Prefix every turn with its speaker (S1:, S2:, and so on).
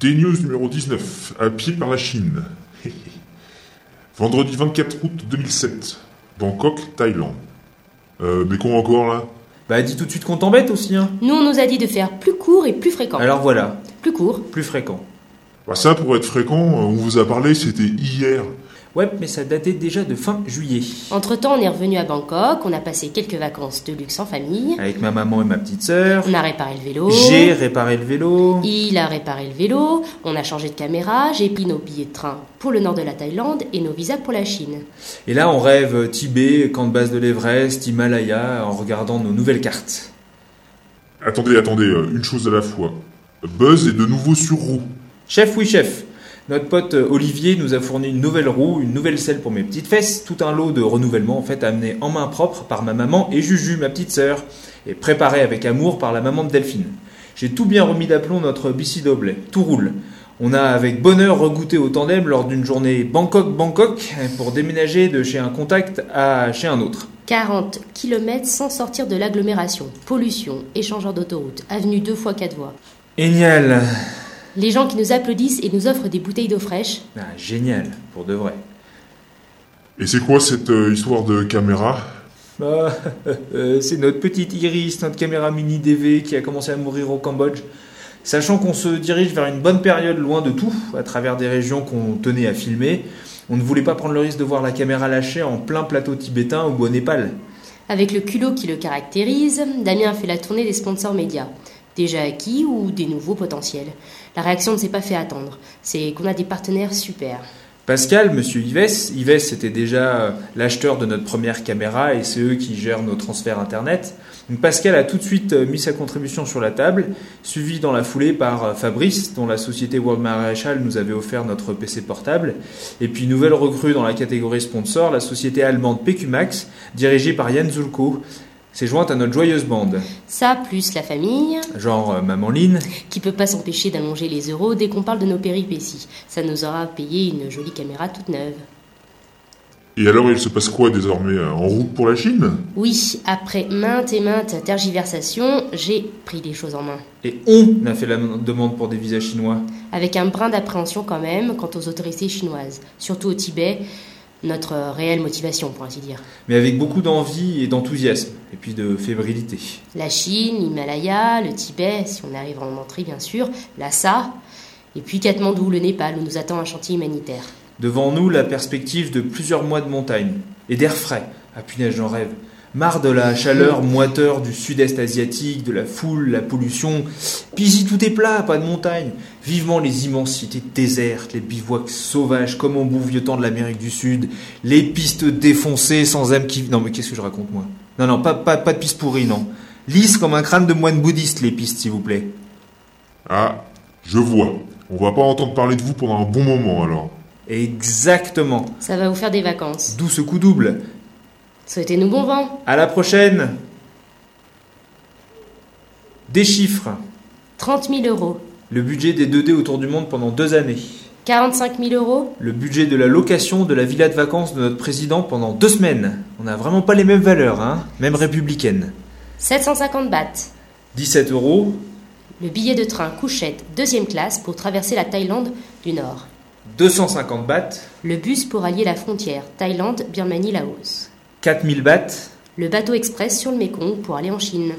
S1: Des news numéro 19, à pied par la Chine. Vendredi 24 août 2007, Bangkok, Thaïlande. Euh, mais qu'on encore là
S2: Bah dis tout de suite qu'on t'embête aussi, hein.
S3: Nous, on nous a dit de faire plus court et plus fréquent.
S2: Alors voilà,
S3: Plus court.
S2: plus fréquent.
S1: Bah ça, pour être fréquent, euh, on vous a parlé, c'était hier.
S2: Ouais, mais ça datait déjà de fin juillet.
S3: Entre-temps, on est revenu à Bangkok, on a passé quelques vacances de luxe en famille,
S2: Avec ma maman et ma petite sœur,
S3: on a réparé le vélo.
S2: j'ai réparé le vélo.
S3: Oh. Il a réparé le vélo, on a changé de caméra, j'ai pris nos billets de train pour le nord de la Thaïlande et nos visas pour la Chine.
S2: Et là, on rêve euh, Tibet, camp de base de l'Everest, Himalaya, en regardant nos nouvelles cartes.
S1: Attendez, attendez, euh, une chose à la fois. Buzz est de nouveau sur roue.
S2: Chef, oui, chef. Notre pote euh, Olivier nous a fourni une nouvelle roue, une nouvelle selle pour mes petites fesses, tout un lot de renouvellement en fait amené en main propre par ma maman et Juju, ma petite sœur, et préparé avec amour par la maman de Delphine. J'ai tout bien remis d'aplomb notre bici d'oblet, tout roule. On a avec bonheur regoûté au tandem lors d'une journée Bangkok-Bangkok hein, pour déménager de chez un contact à chez un autre.
S3: 40 km sans sortir de l'agglomération, pollution, échangeur d'autoroute, avenue 2 fois 4 voies.
S2: Génial
S3: Les gens qui nous applaudissent et nous offrent des bouteilles d'eau fraîche.
S2: Ah, Génial, pour de vrai.
S1: Et c'est quoi cette euh, histoire de caméra
S2: Ah, euh, c'est notre petite Iris, notre caméra mini DV qui a commencé à mourir au Cambodge. Sachant qu'on se dirige vers une bonne période loin de tout, à travers des régions qu'on tenait à filmer, on ne voulait pas prendre le risque de voir la caméra lâchée en plein plateau tibétain ou au Népal.
S3: Avec le culot qui le caractérise, Damien a fait la tournée des sponsors médias, déjà acquis ou des nouveaux potentiels. La réaction ne s'est pas fait attendre, c'est qu'on a des partenaires super.
S2: Pascal, monsieur Yves, Yves était déjà euh, l'acheteur de notre première caméra et c'est eux qui gèrent nos transferts internet. Donc Pascal a tout de suite euh, mis sa contribution sur la table, suivi dans la foulée par euh, Fabrice, dont la société World Maréchal nous avait offert notre PC portable. Et puis nouvelle recrue dans la catégorie sponsor, la société allemande PQMax, dirigée par Yann Zulko, s'est jointe à notre joyeuse bande,
S3: Ça, plus la famille,
S2: genre euh, Maman Lynn,
S3: qui peut pas s'empêcher d'allonger les euros dès qu'on parle de nos péripéties. Ça nous aura payé une jolie caméra toute neuve.
S1: Et alors, il se passe quoi désormais euh, En route pour la Chine
S3: Oui, après maintes et maintes tergiversations, j'ai pris les choses en main.
S2: et on a fait la demande pour des visas chinois.
S3: Avec un brin d'appréhension quand même quant aux autorités chinoises, surtout au Tibet, notre euh, réelle motivation pour ainsi dire.
S2: mais avec beaucoup d'envie et d'enthousiasme, et puis de fébrilité.
S3: La Chine, l'Himalaya, le Tibet, si on arrive à en entrer bien sûr, Lhasa, et puis Katmandou, le Népal, où nous attend un chantier humanitaire.
S2: Devant nous, la perspective de plusieurs mois de montagne, et d'air frais, à punaise j'en rêve. Marre de la chaleur moiteur du sud-est asiatique, de la foule, la pollution. Pisi, tout est plat, pas de montagne. Vivement les immensités désertes, les bivouacs sauvages comme au bon vieux temps de l'Amérique du Sud, les pistes défoncées sans âme qui... Non mais qu'est-ce que je raconte moi Non, non, pas, pas, pas de piste pourrie, non. Lisse comme un crâne de moine bouddhiste, les pistes, s'il vous plaît.
S1: Ah, je vois. On va pas entendre parler de vous pendant un bon moment alors.
S2: Exactement.
S3: Ça va vous faire des vacances.
S2: D'où ce coup double.
S3: Souhaitez-nous bon vent
S2: À la prochaine. Des chiffres.
S3: 30 000 euros,
S2: Le budget des 2D autour du monde pendant deux années.
S3: 45 000 euros,
S2: Le budget de la location de la villa de vacances de notre président pendant deux semaines. On n'a vraiment pas les mêmes valeurs, hein Même républicaines.
S3: 750 bahts.
S2: 17 euros.
S3: Le billet de train couchette deuxième classe pour traverser la Thaïlande du Nord.
S2: 250 bahts.
S3: Le bus pour allier la frontière Thaïlande-Birmanie-Laos.
S2: 4000 bahts.
S3: Le bateau express sur le Mékong pour aller en Chine.